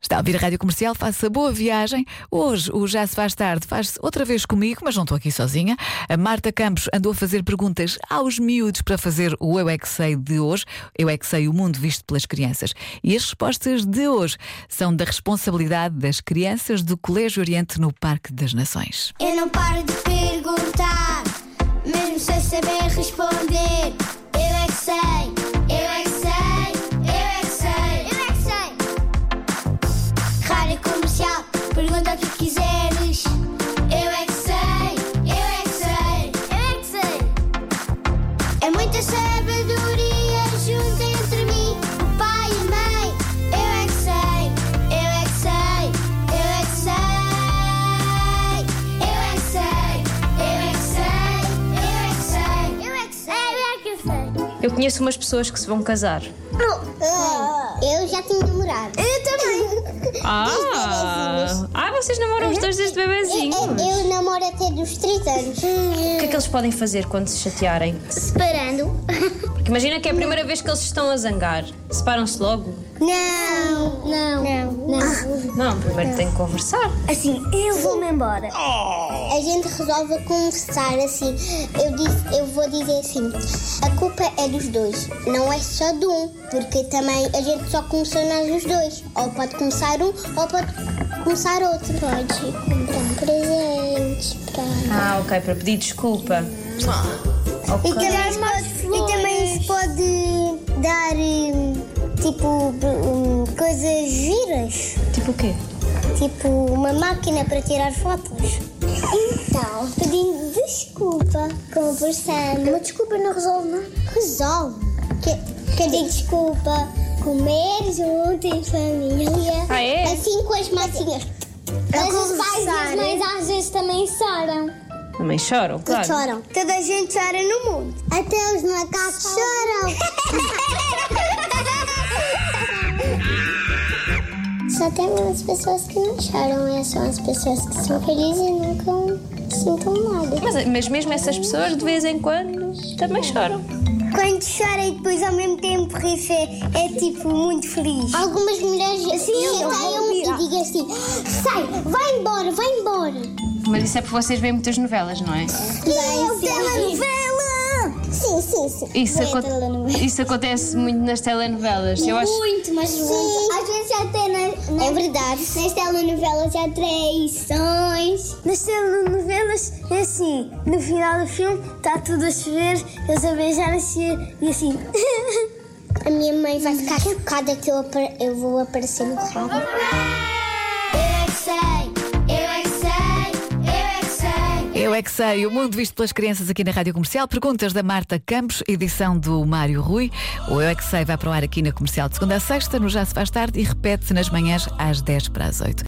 Está a ouvir a Rádio Comercial, faça boa viagem. Hoje o Já se faz tarde faz-se outra vez comigo, mas não estou aqui sozinha. A Marta Campos andou a fazer perguntas aos miúdos para fazer o Eu É Que Sei de hoje. Eu É Que Sei, o mundo visto pelas crianças. E as respostas de hoje são da responsabilidade das crianças do Colégio Oriente no Parque das Nações. Eu não paro de perguntar, mesmo sem saber responder. Eu é que sei, eu é que sei, eu é que sei, eu é que sei. Rádio comercial, pergunta o que quiseres. Eu é que sei, eu é que sei, eu é que sei. É muita sabedoria junta entre mim, o pai e a mãe. Eu é que sei, eu é que sei, eu é que sei. Eu é que sei, eu é que sei, eu é que sei, eu é que sei, eu é que sei. Eu conheço umas pessoas que se vão casar. Eu já tinha namorado. Eu também. Ah, ah vocês é namoram os dois desde bebezinho. Uhum. O namoro até dos 30 anos. que é que eles podem fazer quando se chatearem? Separando? Porque imagina que é a primeira vez que eles se estão a zangar. Separam-se logo? Não, não, não, Não, primeiro têm que conversar. Assim, eu vou-me embora. A gente resolve conversar assim. Eu, disse- eu vou dizer assim: a culpa é dos dois, não é só de um, porque também a gente só começou nós os dois. Ou pode começar um, ou pode começar outro. Pode comprar um presente para. Ah, ok, para pedir desculpa. E também, se pode, e também se pode dar tipo coisas giras. Tipo o quê? Tipo uma máquina para tirar fotos. Então, pedindo desculpa, conversando. Uma desculpa não resolve, não? Resolve. Que, que digo desculpa, comer junto em família. Ah, é? Assim com as massinhas. Mas os pais e as mães às vezes também choram. Também choram, claro. Choram. Toda a gente chora no mundo. Até os macacos choram. Só tem umas pessoas que não choram, é só as pessoas que são felizes e nunca sintam nada. Mas, mas mesmo essas pessoas, de vez em quando, também choram. Quando chora e depois ao mesmo tempo ri é, tipo muito feliz. Algumas mulheres chateiam e digam assim: sai, vai embora, vai embora. Mas isso é porque vocês veem muitas novelas, não é? Eu telenovela! Sim, sim, sim. Isso, Bem, acon- telenovela. isso acontece muito nas telenovelas. Eu acho. Muito, mas muito. Às vezes até nas, É verdade. Nas telenovelas há traições. Nas telenovelas é assim, no final do filme tá está tudo a chover, eles a beijarem-se e assim. A minha mãe vai ficar chocada que eu, apar- eu vou aparecer no rádio. Eu é que sei, eu é que sei, eu é que sei. Eu é que sei, o mundo visto pelas crianças aqui na Rádio Comercial. Perguntas da Marta Campos, edição do Mário Rui. O Eu é que sei vai para o ar aqui na Comercial de segunda a sexta, no Já se faz tarde e repete-se nas manhãs às 10 para as 8.